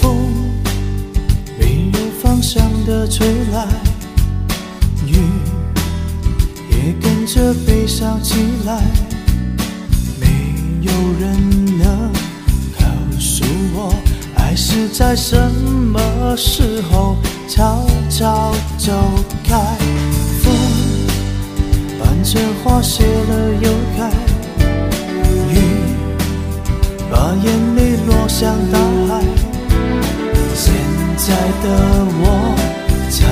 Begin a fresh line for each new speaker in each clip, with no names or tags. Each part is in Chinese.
风没有方向的吹来，雨也跟着悲伤起来。没有人能告诉我，爱是在什么时候悄悄走开。风伴着花谢了又开，雨把眼泪落向大海。现在的我才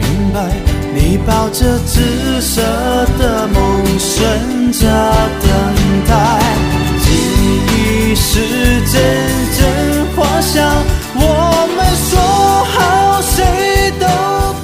明白，你抱着紫色的梦，选择等待。记忆是阵阵花香，我们说好谁都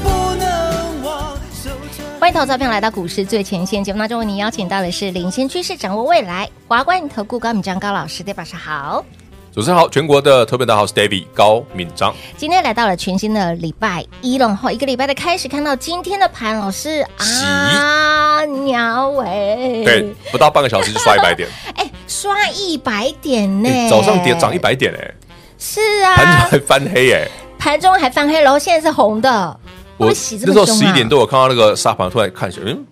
不能忘。守着
欢迎投资者朋友来到股市最前线节目当中，为您邀请到的是领先趋势、掌握未来华冠投顾高敏章高老师，大家晚上好。
主持人好，全国的特别大号是 David 高敏章。
今天来到了全新的礼拜一了哈，一个礼拜的开始，看到今天的盘，老师
洗
啊，鸟尾，
对，，不到半个小时就刷一 百点，
哎，刷一百点呢、
欸早上跌涨一，百点哎、
是
欸，盘
啊
中，还翻黑哎、
盘中还翻黑，然后现在是红的，
我
会
那
洗
时
这么
候
凶啊
十一点多，我看到那个沙盘，突然看一下，嗯，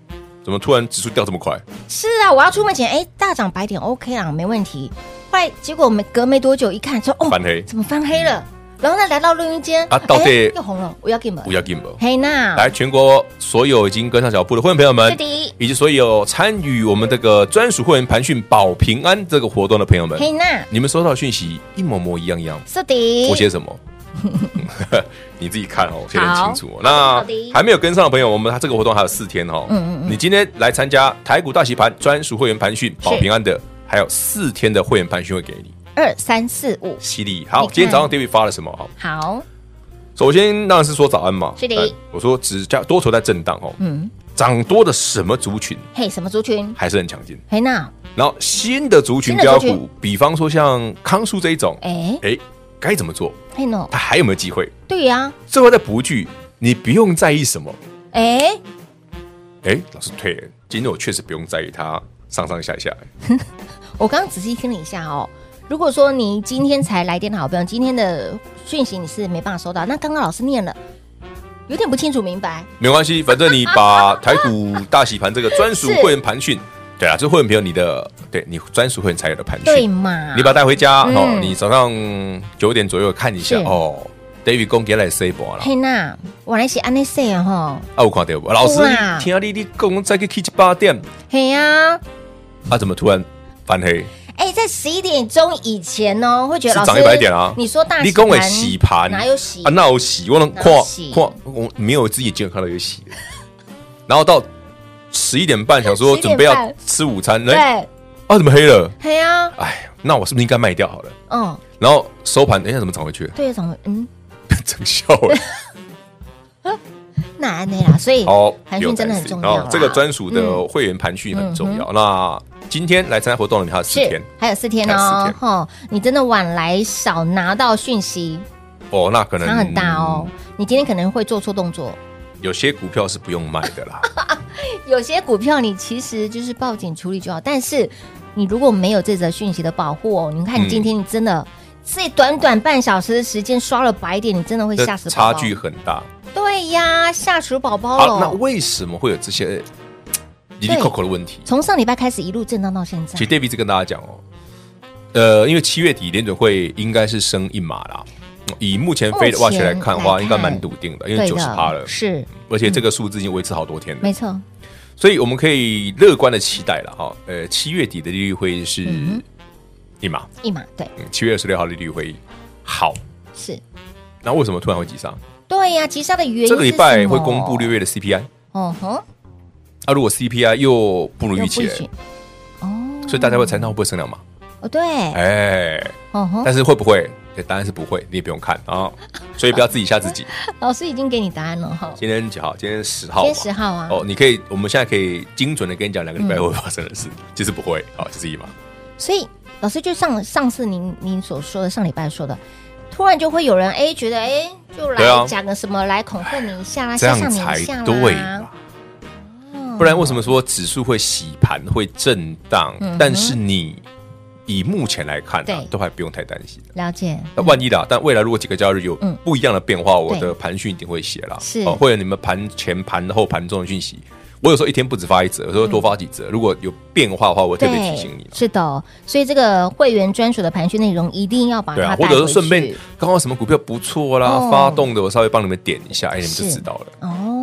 怎么突然指数掉这么快？
是啊，我要出门前，哎，大涨百点 OK 啦，没问题。后来结果我们隔没多久一看，说哦，
翻黑
怎么翻黑了？然后呢，来到录音间
啊到底
哎又红了，我要给你们
不，要 game 了。
嘿那
来，全国所有已经跟上脚步的会员朋友们
是的，
以及所有参与我们这个专属会员盘讯保平安这个活动的朋友们，
嘿那
你们收到的讯息一模模一样一样，
是的，
我写什么？ 你自己看哦，写得
哎好
很清楚哦。那
好的
还没有跟上的朋友，我们这个活动还有四天哦。
嗯
嗯嗯，你今天来参加台股大洗盘专属会员盘讯保平安的，还有四天的会员盘讯会给你，
二三四五，
犀利。
你
好，
看
今天早上 David 发了什么啊？
好，
首先当然是说早安嘛，
是的
但我说只叫多头在震荡哦，
嗯，
涨多的什么族群
嘿，什么族群？
还是很强劲，
嘿那，
然后新的族
新
群
的
标
族群
股，比方说像康舒这一种，
哎，
哎，该怎么做？
嘿喏，
它还有没有机会？
对呀，
最后再补一句，你不用在意什么。
哎，
哎，老师退了。今天我确实不用在意它上上下下，
我刚刚仔细听了一下哦。如果说你今天才来电的好朋友，今天的讯息你是没办法收到，那刚刚老师念了，有点不清楚明白。
没关系，反正你把台股大洗盘这个专属
是
会员盘讯，对啊，这会员朋友你的，对你专属会员才有的盘
对
讯，
嘛？
你把它带回家
嗯
哦。你早上九点左右看一下
是
哦。David 公给来 say 波了，
嘿娜，我来写安内哦塞哈。
啊，我看到不？老师
有啦，
听你你讲再去 K 八点，
嘿呀、
啊，怎么突然翻黑？
哎、在十一点钟以前哦，会觉得
是
老师
涨一百点啊！
你说大
你
跟
跟我洗盘，
哪有洗
啊？那有洗，我能
哪
看
有洗
看，我没有自己眼睛看到有洗的。然后到十一点半，想说
11
准备要
半
吃午餐，哎，
对，
啊，怎么黑了？
嘿呀、
哎，那我是不是应该卖掉好了？
嗯，
然后收盘，哎呀，怎么涨回去了？
对，怎么嗯，
真笑哎！
那安内啦，所以
哦，
韩讯真的很重要啊啦
哦这个专属的会员盘序很重要。那今天来参加活动的你还有四天
是还有四天
还有
哦
四，天
吼，你真的晚来少拿到讯息，
哦，那可能
差很大哦。。你今天可能会做错动作，
有些股票是不用卖的啦，
有些股票你其实就是报警处理就好，但是你如果没有这则讯息的保护哦，你看你
嗯
今天你真的这短短半小时的时间刷了白点，你真的会
这
吓死宝
差
宝。
距很大。
对呀，吓死宝宝
好，那
了。
为什么会有这些呃滴滴扣扣的问题？
从上礼拜开始一路震荡到现在
其实，David 一直跟大家讲哦，呃，因为七月底联准会应该是升一码啦。以目前飞的
目
watch
前
来看的
来
话，
看
应该蛮笃定的，因为
对
九十趴了
的，，是嗯
而且这个数字已经维持好多天了，
没错，嗯
所以我们可以乐观的期待了哈。呃，七月底的利率会议是一码，
一码，对，
嗯，七月二十六号利率会议。好，
是，
那为什么突然会急杀？
对呀、急杀的原因
这个礼
是
拜
什么
会公布六，月的 CPI，
哦哼，
啊，如果 CPI 又不如
又不
预期
一
了，
起，哦，
所以大家会猜那会不会升两码？
哦对，
哎，
哦哼，
但是会不会？哎答案是不会，你也不用看啊，所以不要自己吓自己。
老师已经给你答案了哈，
今天几号？今天十号
今天
嘛。
十号啊，
哦，你可以，我们现在可以精准的跟你讲两个礼拜会发生的事，
嗯
其实不会，好，就是一码。
所以老师就上上次您您所说的上礼拜说的，突然就会有人哎觉得哎就
对啊
来讲个什么、来恐吓你一啊下啦，
这
吓
样
吓你
才
一下啦，哦
对嘛？不然为什么说指数会洗盘、会震荡？
嗯哼
但是你以目前来看啊
对，
都还不用太担心。
了解，
那万一啊啦，但未来如果几个交易日有
嗯
不一样的变化，我
对
的盘讯一定会写啦，哦
是
会有你们盘前、盘后、盘中的讯息。我有时候一天不止发一则，有时候多发几
嗯
则。如果有变化的话，我会特别提醒你。
是的哦，所以这个会员专属的盘讯内容一定要把
对
它，
啊或
带
者
回
是顺便
去
刚好什么股票不错啦，
哦
发动的我稍微帮你们点一下，哎，你们就是知道了。
哦。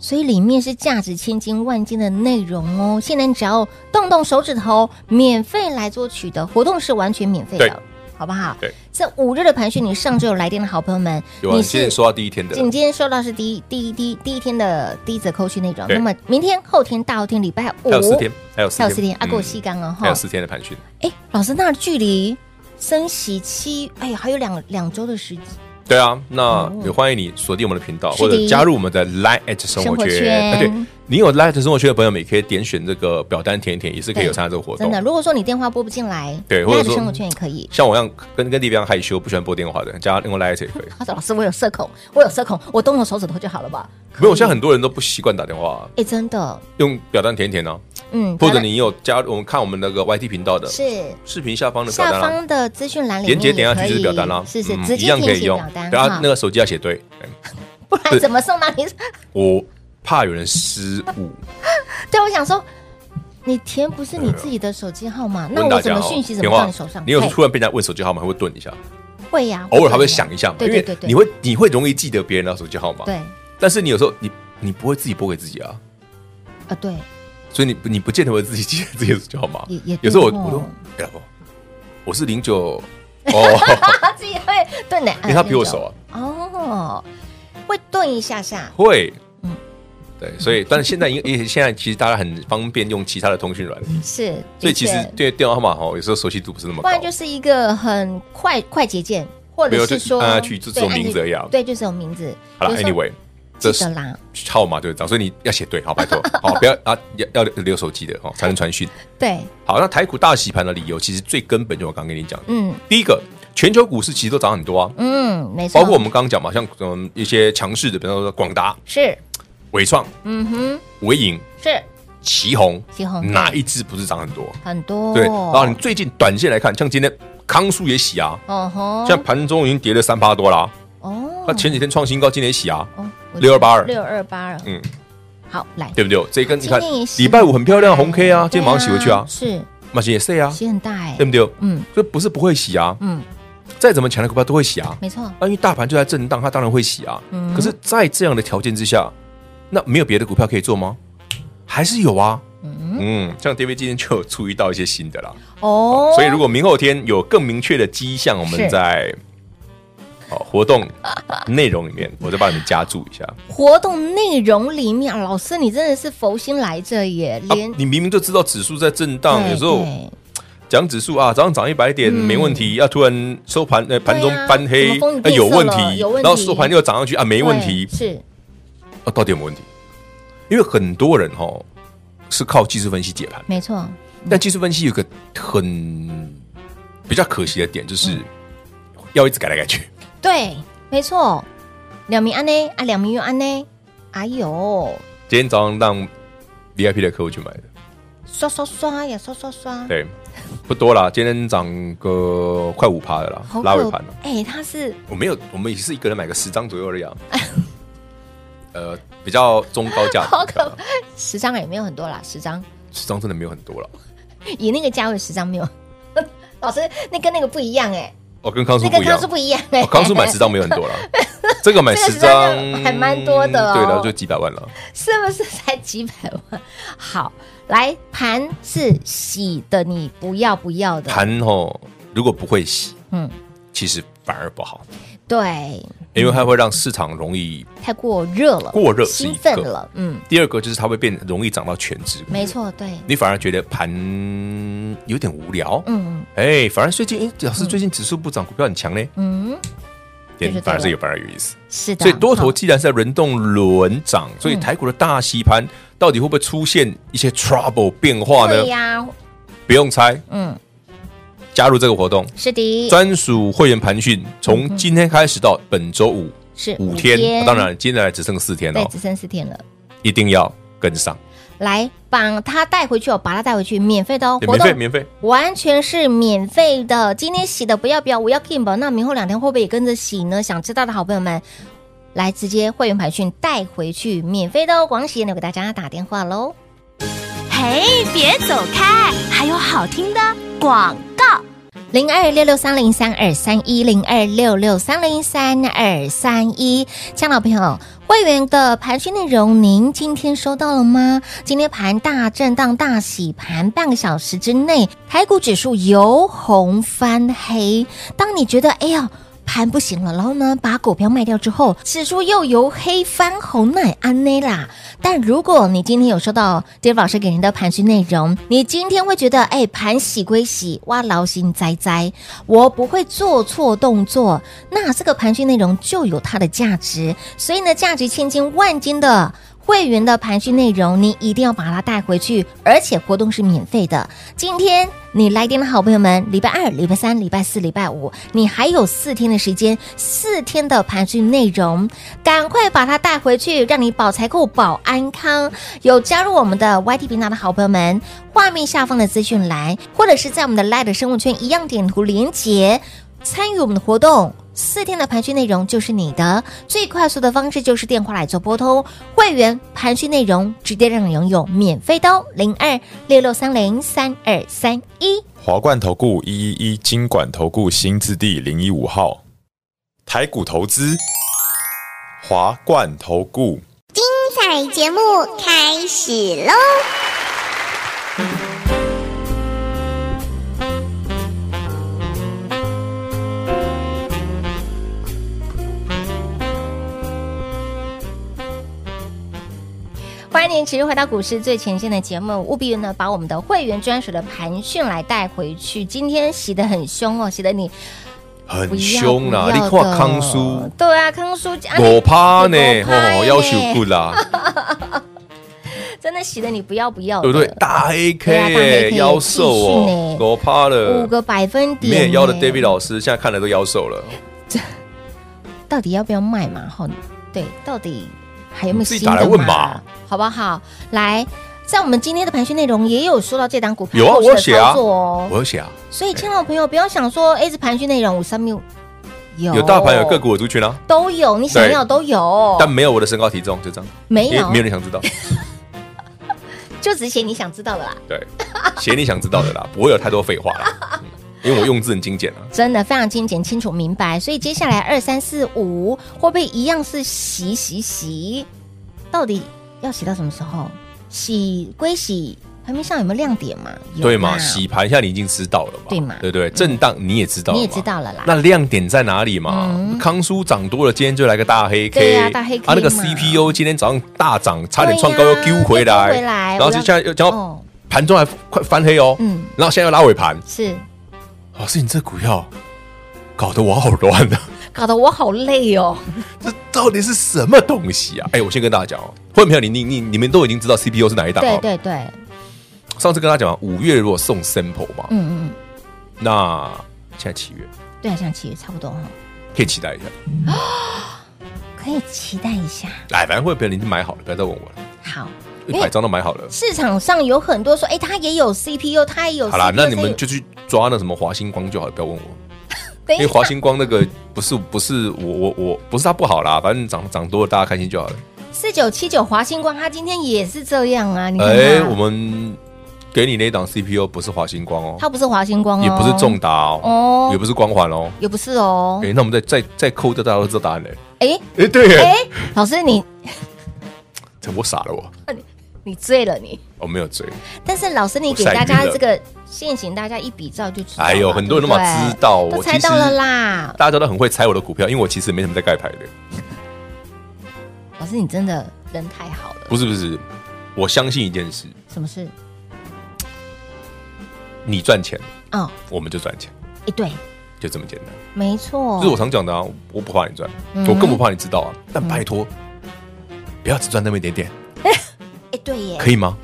所以里面是价值千金万金的内容哦。现在你只要动动手指头，免费来做取得，活动是完全免费
对
的，好不好？
对，
这五日的盘讯，你上周有来电的好朋友们，
有啊，
你
你今天
是
说到第一天的，
今天收到是第一第一第一第一天的第一则扣讯内容。
对
那么明天、后天、大后天、礼拜五，
还有四天，还有四
还
天，
有四天，阿
嗯
够细干哦
还
哈
有。四天的盘讯。
哎，老师，那距离升息期，哎呀，还有两两周的时间。
对啊，那也欢迎你锁定我们的频道，
哦是的
或者加入我们的 Line at 生活
生活圈
圈。哎对，你有 Line at 生活圈的朋友们，也可以点选这个表单填一填，也是可以有参加这个活
真
动
的，。如果说你电话拨不进来，
对或者
那的
说
生活圈也可以。
像我一样，跟跟弟弟一样害羞，不喜欢拨电话的，加另外 Line at 也可以。
他说：“老师，我有社恐，我有社恐，我动动手指头就好了吧？”
没有，现在很多人都不习惯打电话，
哎，真的，
用表单填一填呢，
嗯，
或
当
者
然
你有加我们看我们那个 YT 频道的
是
视频下方的表
下
单啦。
方的资讯栏里面
连接点
也
下
可
去
以
就是表单啦，
是是
嗯，
直
一
接
样可
填
以
写
用啊
表单，
然后
哈
那个手机要写对，嗯
不
对
然 怎么送到你手？
我怕有人失误，
对，我想说，你填不是你自己的手机号码，那
啊问大
我怎
家
么
哦
讯息怎
电
么
话
到你手上？
你有时
嘿
候突然被人家问手机号码，会顿一下，
会呀，
偶尔还会想一下嘛，
对
因
对
为
对对，
你会你会容易记得别人的手机号码，
对
但是你有时候你你不会自己拨给自己啊，
啊，对，
所以你你不见得会自己记得自己的手机号码
也也，
有时候我
对哦
我都哎老婆，我是 零九哦，
他 自己会顿的，
因为他比我熟 啊，
嗯哦，会顿一下下，
会
嗯。
对，所以但是现在因为现在其实大家很方便用其他的通讯软体，
是，嗯的
所以其实
确
对电话号码哦，有时候熟悉度不是那么
不
高
然。就是一个很快快捷键，或
没
者
有
是
就
说
按下去就只有
对按
名字而已啊
对，就是有名字。
好了
有时候
，Anyway，这
记
是
得啦，
号码就是这样，所以你要写对，好，拜托，好，不要啊，要要留手机的哦，才能传讯。
对，
好，那台股大洗盘的理由，其实最根本就我刚跟你讲的，
嗯
第一个，全球股市其实都涨很多啊，
嗯，没错，
包括我们刚刚讲嘛，像嗯一些强势的，比方说广达、
是，
伟创、
嗯哼，
伟影、
是
旗宏，
旗宏哦
哪一支不是涨很多？
很多，
对，然后你最近短线来看，像今天康叔也洗啊，
哦吼，
现在盘中已经跌了三趴多啦，
哦，
那前几天创新高，今天也洗啊，
哦
6282
六二八二，
嗯，
好，来，
对不对？这一根你看
今天也，洗
礼拜五很漂亮，红 K 啊，今天马上洗回去啊，
是
马上也 C 啊，
洗很大哎
对，不对？
嗯
所以不是不会洗啊，
嗯，
再怎么强的股票都会洗啊。
没错，
那因为大盘就在震荡，它当然会洗啊。
嗯
可是，在这样的条件之下，那没有别的股票可以做吗？还是有啊。嗯，像 David 今天就有注意到一些新的啦。
哦，
所以，如果明后天有更明确的迹象，我们
是在
在哦活动内容里面，我再帮你们加注一下。啊
活动内容里面，老师你真的是佛心来着耶，连
啊你明明就知道指数在震荡，
对
有时候
对
讲指数啊，早上涨一百点
嗯
没问题，要啊突然收盘呃盘中
对啊
翻
怎
黑
么风雨，
那
变
有
色
问
了
题
有问，题
然后收盘又涨上去啊，没问题
对，是
啊，到底有没有问题？因为很多人哦是靠技术分析解盘，
没错，
但技术分析有个很比较可惜的点，就是要一直改来改去。
对，没错，两名安呢啊，两名又安呢，哎呦，
今天早上让 VIP 的客户去买的，
刷刷刷呀，刷刷刷，
对，不多啦，今天涨个快五趴的啦，
好
拉尾
可
盘了。
哎，他是
我没有，我们也是一个人买个十张左右而已啊。 呃，比较中高价，
好可十张也没有很多啦，十张
十张真的没有很多了。
以那个价位十张没有，老师那跟那个不一样哎，
哦，跟康叔
这
不
跟
一样
康叔。不一样哎、
哦，康叔买十张没有很多了，这个买
这个
十
十张
张
还蛮多的哦
对了，就几百万了。
是不是才几百万？好，来盘是洗的，你不要不要的，
盘哦，如果不会洗，
嗯，
其实反而不好，
对，
因为它会让市场容易。
太过热了，
过热是一
兴
个
奋了，嗯，
第二个就是它会变容易涨到全值股，
没错，对，
你反而觉得盘有点无聊。
嗯
哎，反而最近哎，老师最近指数不涨，股票很强嘞，
嗯，
也
对啊了
反而是有反而有意思。
是的，
所以多头
好
既然是在轮动轮涨，
嗯
所以台股的大吸盘到底会不会出现一些 trouble 变化呢
对？呀、
不用猜，
嗯，
加入这个活动，
是的，
专属会员盘讯，从今天开始到本周五
是
五天，啊当然今天还只剩四天
嗯对，
哦
只，剩四天了。
一定要跟上，
来把它带回去哦，把它带回去，免费的哦，
对
活
免费
动
免费，
完全是免费的。今天洗的不要不要，我要 Kim 吧。那明后两天会不会也跟着洗呢？想知道的好朋友们，来直接会员培训带回去，免费的哦。广喜有给大家打电话喽。
嘿，别走开，还有好听的广告。
零二六六三零三二三一零二六六三零三二三一，亲爱的朋友，会员的盘讯内容您今天收到了吗？今天盘大震荡、大洗盘，半个小时之内，台股指数由红翻黑。当你觉得哎呀盘不行了，然后呢把股票卖掉之后，指数又由黑翻红，那也安内啦。但如果你今天有收到 Dave 老师给您的盘讯内容，你今天会觉得，哎，盘洗归洗，挖劳心栽栽，我不会做错动作，那这个盘讯内容就有它的价值。所以呢，价值千金万金的。会员的盘讯内容，你一定要把它带回去，而且活动是免费的。今天你来电的好朋友们，礼拜二、礼拜三、礼拜四、礼拜五，你还有四天的时间，四天的盘讯内容，赶快把它带回去，让你保财库、保安康。有加入我们的 YT 频道的好朋友们，画面下方的资讯栏，或者是在我们的 Light 的生物圈一样点图连接，参与我们的活动。四天的盘区内容就是你的，最快速的方式就是电话来做拨通，会员盘区内容直接让你拥有免费的哦，零二六六三零三二三一。
华冠投顾一一一金管投顾新字第零一五号，台股投资，华冠投顾。
彩节目开始喽！
欢迎您持续回到股市最前线的节目，务必呢把我们的会员专属的盘讯来带回去。今天洗得很凶哦，洗得你不
很
一样
凶啦！
不
你
一样
看
的
康叔，
对啊，康叔啊你
我趴呢，
五趴呢
哦，要求不 啦，
真的洗的你不要不要的，
对不对？大黑
对啊大黑
K 耶
K，
腰瘦
继续
哦
呢，
我趴了
五个百分
里
点呢，
面腰的 David 老师，现在看了都腰瘦了，
到底要不要卖嘛？哈，对，到底还有没有
你自己
新的
打来问
嘛
嘛？
好不好？来，在我们今天的盘讯内容也有说到这档股票
有啊，
后续
我
的
有写啊，
操作哦
我有写啊，
所以，亲爱的朋友，不要想说，哎，这盘讯内容我上面有
有大盘有个股有族群啊，
都有，你想
对
要都有，
但没有我的身高体重，就这样，
没
因为
有
没有人想 知道，
就只写你想知道的啦。
对，写你想知道的啦，不会有太多废话 啦，嗯因为我用字很精简啊，
真的非常精简、清楚、明白。所以接下来二三四五会不会一样是洗洗洗？到底要洗到什么时候？洗归洗，盘面上有没有亮点嘛？有
对嘛，洗盘现在你已经知道了嘛，
对嘛嗯
对不对？震荡你也知道，
你也知。道了啦。
那亮点在哪里嘛？
嗯
康叔涨多了，今天就来个大黑 K，
对呀大黑 K
啊，那个
嘛哎
CPU 今天早上大涨，差点创高又
对呀
丢回
又
来，
丢回来
然后就现在又讲到
哦，
盘中还快翻黑哦，
嗯
然后现在又拉尾盘，
是
老师，你这股票搞得我好乱啊！
搞得我好累哦。
这到底是什么东西啊？哎，我先跟大家讲哦，会朋友，你你你你们都已经知道 CPU 是哪一档
对
哦。
对对，
上次跟大家讲，啊五月如果送 sample 嘛，
嗯嗯，
那现在七月
嗯，对啊，像七月差不多哈，
可以期待一下。
可以期待一下。
哎，反正会朋友你已经买好了，不要再问我了，
好，
一百张都买好了。
市场上有很多说，哎，它也有 CPU，它也有 CPU。
好啦，那你
它也
们
有
就去抓那什么华星光就好了，不要问我，
等
因为华星光那个不是不是我我我不是它不好啦，反正涨涨多了大家开心就好了。
四九七九华星光，它今天也是这样啊！你看它
哎哎，我们给你那档 CPU 不是华星光哦，
它不是华星光哦，
也不是重达哦
哦，
也不是光环哦。
也不是哦。
哎，那我们再再再扣掉大家都知道答案嘞。
哎
哎，对耶，
哎，老师你
这我傻了我，
你醉了你。
我没有追。
但是老师你给
我晒
大家
晕了
这个现行，大家一比照就知道了。
哎呦，很多人都嘛
对不对
知道，
都
我
猜
其实
到了啦。
大家都很会猜我的股票，因为我其实没什么在盖牌的。
老师你真的人太好了，
不是不是，我相信一件事，
什么事？
你赚钱，
哦，
我们就赚钱，
哎对，
就这么简单。
没错
这是，我常讲的啊，我不怕你赚，
哦嗯
我更不怕你知道啊。但拜托，不要只赚那么一点点，
哎对耶。
可以吗？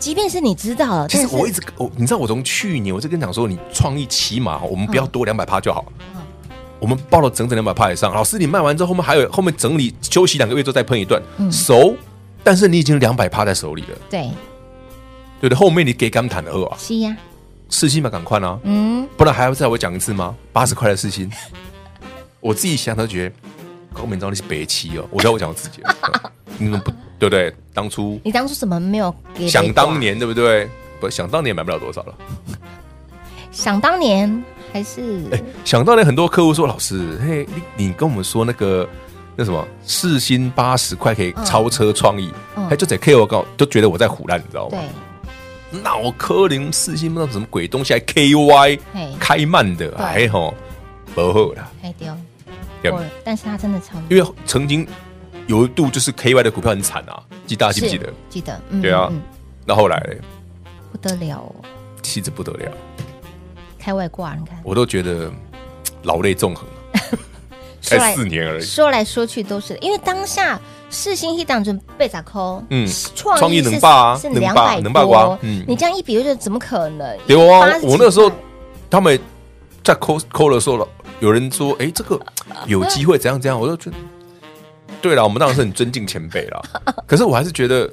即便是你知道了，
其实
但是
我一直我，你知道我从去年我就跟你讲说，你创意起码我们不要多
嗯
两百趴就好。我们报了整整两百趴以上，老师你卖完之后，后面还有后面整理休息两个月之后再喷一段，
嗯
熟，但是你已经两百趴在手里了，
对，
对不对？后面你给感坦的喝啊，
是呀、
四星嘛赶快啊，
嗯，
不然还要再我讲一次吗？八十块的四星，我自己想都觉得高明章你是北七哦，我知道我讲我自己 了，你们不对不对？当初
你当初怎么没有给？
想当，年对不对？不想当年买不了多少了。
想当年还是、
想当年很多客户说：“老师，嘿，你你跟我们说那个那什么四星八十块可以超车创意，
嗯
还就在 K O 告就觉得我在胡乱，你知道吗？
对，
脑科林四星不知道什么鬼东西，还 K Y
嘿
开慢的，哎吼，不好啦，
还丢。
对
我但是他真的超
因为曾经有一度就是 K Y 的股票很惨啊，记大家记不记得
是？记得，嗯
对啊
嗯，
那后来嘞
嗯不得了哦，
气质不得了，
开外挂，你看，
我都觉得嘖劳累纵横，
说
才
来
四年而已。”
说来说去都是，因为当下世新一档准备咋抠，
嗯
创
创意
是
能霸啊
是
能
两
霸
百
能霸
多
瓜，嗯
你这样一比，我觉得怎么可能？
有啊
80，
我那时候他们在抠抠的时候，有人说：“哎、这个有机会怎样怎样。”我就觉得，对了，我们当然是很尊敬前辈 啦，可是我还是觉得，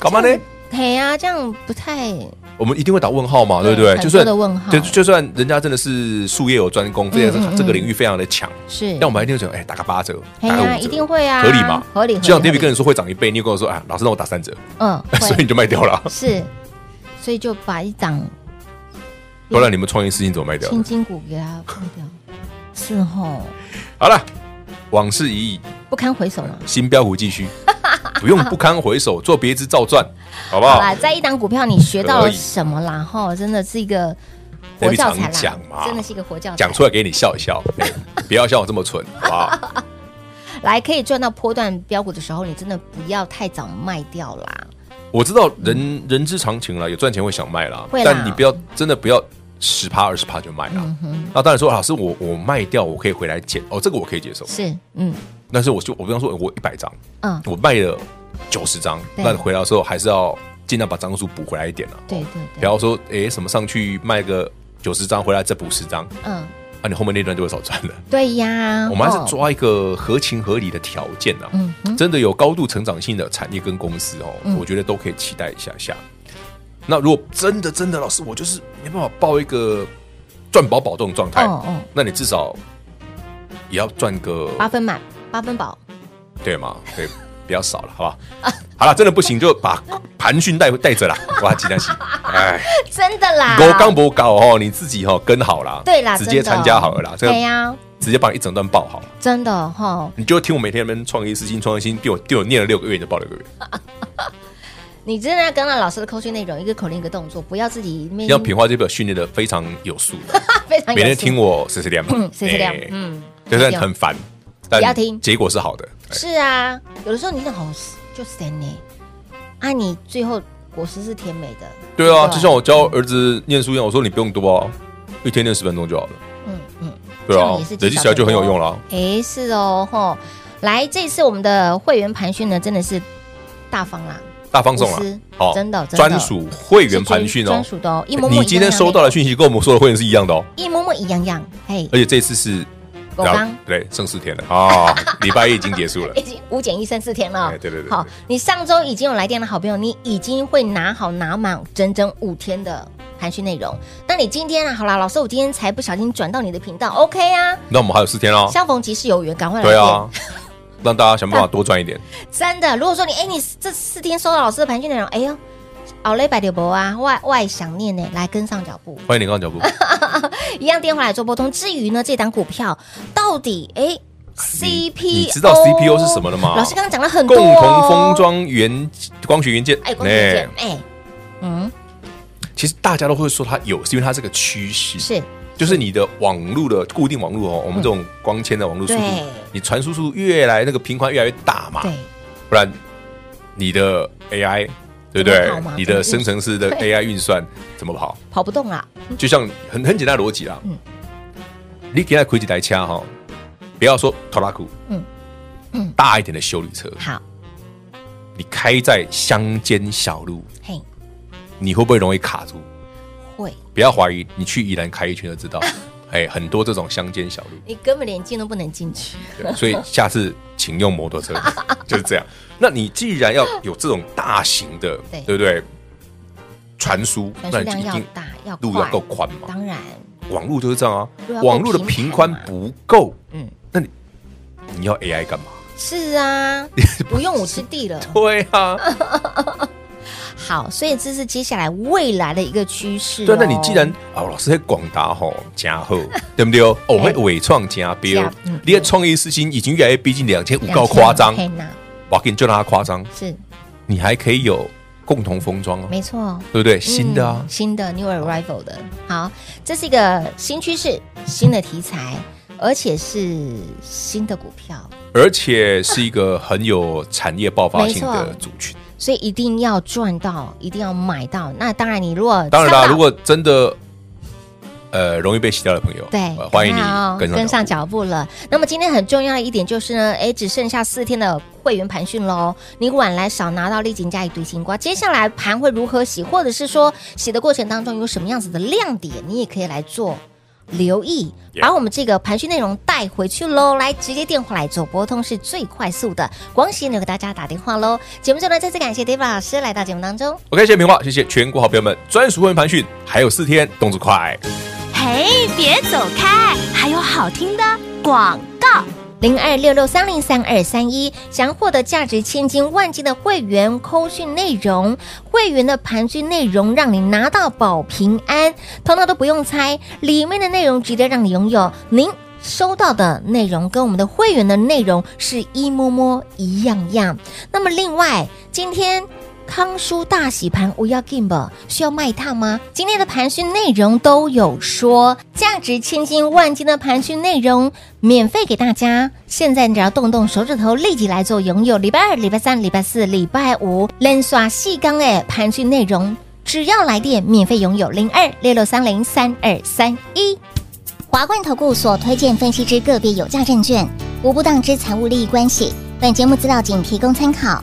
干嘛呢？
嘿呀，这样不太
我们一定会打问号嘛，对
对
不对？
很
就
多
算
的问号
就就算人家真的是术业有专攻，这
嗯嗯
个这个领域非常的强，
是，
那我们一定会觉得，哎、打个八折，
嘿
打个
呀，
五
一定
折，
会啊，
合理嘛？
合理，合理
就像 David
合理
跟你说会涨一倍，你又跟我说：“啊，老师让我打三折，
嗯，
所以
会
你就卖掉 了，
是，所以就把一档
不然你们创业事情怎么卖掉的？”
青筋骨给它放掉，是吼，
好了，往事已矣。
不堪回首嘛。
新标股 继续，不用不堪回首，做别枝照赚，好不
好
好？
啦，在一档股票你学到
可
了
以
什么啦？哈，真的是一个活
David
教材
常讲
啦，
嘛
真的是一个活教材。
讲出来给你笑一笑，哎不要像我这么蠢，好不好？
来可以赚到波段标股的时候，你真的不要太早卖掉啦。
我知道人人之常情了，有赚钱会想卖啦，
会啦嗯
但你不要真的不要十趴二十趴就卖啦。那当然说，老师我我卖掉我可以回来捡，哦，这个我可以接受。
是，嗯
但是我就我比方说，我一百张，
嗯，
我卖了九十张，
对
那回来的时候还是要尽量把张数补回来一点啦。
对对
不
对，
要说哎什么上去卖个九十张，回来再补十张，
嗯，
那你后面那段就会少赚了。
对呀，
我们还是
哦，
抓一个合情合理的条件啊，
嗯哼嗯
真的有高度成长性的产业跟公司哦，我觉得都可以期待一下下。那如果真的真的老师，我就是没办法报一个赚饱饱这种状态，
哦哦
那你至少也要赚个
八分满，八分饱，
对吗？对，比较少了，好吧？ 好了，真的不行就把盘讯带带着啦， 哇，鸡蛋洗，哎，
真的啦，
高刚不高哦，你自己哦跟好啦，
对啦，
直接
真的哦
参加好了啦，这个
对呀，
直接把你一整段报好了。
真的哦哈，
你就听我每天在那边创业私心、创业心，对我对我念了六个月，你就报六个月，
你真的要跟上老师的口讯内容，一个口令一个动作，不要自己面
像品花就被我训练的非常有素的，
非常有
每天
素
听，我碎碎念嘛，
嗯， 谢谢亮
哎，
嗯，
就算
没有
很烦，
不
但
要听
结果是好的。哎
是啊，有的时候你想好就神呢，啊，你最后果实是甜美的，
对啊，就像我教儿子念书一样，我说你不用多啊，一天念十分钟就好了。
嗯嗯，
对
这
啊
样也是，
累积起来就很有用了。
哎，是哦，吼，来，这次我们的会员盘训呢，真的是大方啦，
大放送
无
了
私，
好，
真的真的
专属会员盘
是
讯
专
哦
专。属的哦，一模模一样样
你今天收到的哎讯息跟我们说的会员是一样的哦，
一模模一样样，嘿，
而且这次是
狗
然
刚
后对剩四天了啊，礼拜一已经结束 了
已。经五减一剩四天了，
哎对对对对
好，你上周已经有来电的好朋友，你已经会拿好拿满整整五天的盘训内容。那你今天啊，好啦，老师，我今天才不小心转到你的频道，OK 啊，
那我们还有四天哦啦，
相逢即是有缘，赶快来
对
电。
啊， 让大家想办法多赚一点。
真的，如果说你哎，你这四天收到老师的盘训内容，哎呦，奥雷百柳博啊，外外想念呢，来跟上脚步。
欢迎你 刚脚步，
一样电话来做拨通。至于呢，这档股票到底哎
你
，CPO
你知道 CPO 是什么了吗
老师刚刚讲了很多、
共
哦，
同封，装元光学元件，
哎，光学件
哎，
哎，嗯，
其实大家都会说它有，是因为它是个趋势，
是
就是你的网路的固定网路哦，我们这种光纤的网路速度
嗯对，
你传输速度越来那个频宽越来越大嘛，
对，
不然你的 AI 对不
怎么
对
跑嘛？
你
怎么
的
运
生成式的
对
AI 运算怎么跑？
跑不动了，
就像很很简单的逻辑啦
嗯，
你给他开几台车哈，不要说拖拉库，
嗯嗯
大一点的修理车，
好，
你开在乡间小路，
嘿，
你会不会容易卡住？
会，
不要怀疑，你去宜兰开一圈就知道。 哎，很多这种乡间小路，
你根本连进都不能进去，
对所以下次请用摩托车， 就是这样。那你既然要有这种大型的，
对
对不对？传输，
传输
那你就
量
一
要
定
大要
路要
快，
够宽嘛。
当然，
网路就是这样啊
路要，够
网路的频宽不够，
嗯，
那你你要 AI 干嘛？
是啊，不用武之地了。
对啊，
好，所以这是接下来未来的一个趋势哦、
对啊，那你既然啊，老师在广达吼加厚，对不对哦？我会伟创加标
加嗯，
你的创意事情已经越来越逼近两千五，够夸张。
天哪，
我给你就让它夸张，
是
你还可以有共同封装哦，
没错。
对不对？新的啊
嗯，新的 new arrival 的，好，这是一个新趋势、新的题材，而且是新的股票，
而且是一个很有产业爆发性
没错
的族 群。
所以一定要赚到，一定要买到。那当然，你如果
当然啦，
上
如果真的啊呃容易被洗掉的朋友，
对
呃，欢迎你
很好
跟上
跟上
脚
脚步了。那么今天很重要的一点就是呢，哎，只剩下四天的会员盘讯喽。你晚来少拿到丽景加一堆金瓜，接下来盘会如何洗，或者是说洗的过程当中有什么样子的亮点，你也可以来做。留意，把我们这个盘讯内容带回去喽！来，直接电话来做拨通是最快速的。广喜你有给大家打电话喽！节目最后呢，再次感谢 David 老师来到节目当中。
步。OK，谢谢平话，谢谢全国好朋友们，专属会员盘讯还有四天，动作快。
嘿，别走开，还有好听的广告。
零二六六三零三二三一，想获得价值千金万金的会员扣讯内容，会员的盘讯内容让你拿到保平安，头脑都不用猜，里面的内容直接让你拥有。您收到的内容跟我们的会员的内容是一摸摸一样样。那么另外，今天。康叔大洗盘，我要 game 吧？需要卖它吗？今天的盘讯内容都有说，价值千金万金的盘讯内容免费给大家。现在你只要动动手指头，立即来做拥有。礼拜二、礼拜三、礼拜四、礼拜五，连刷细钢哎，盘讯内容只要来电免费拥有零二六六三零三二三一。
华冠投顾所推荐分析之个别有价证券，无不当之财务利益关系。本节目资料仅提供参考，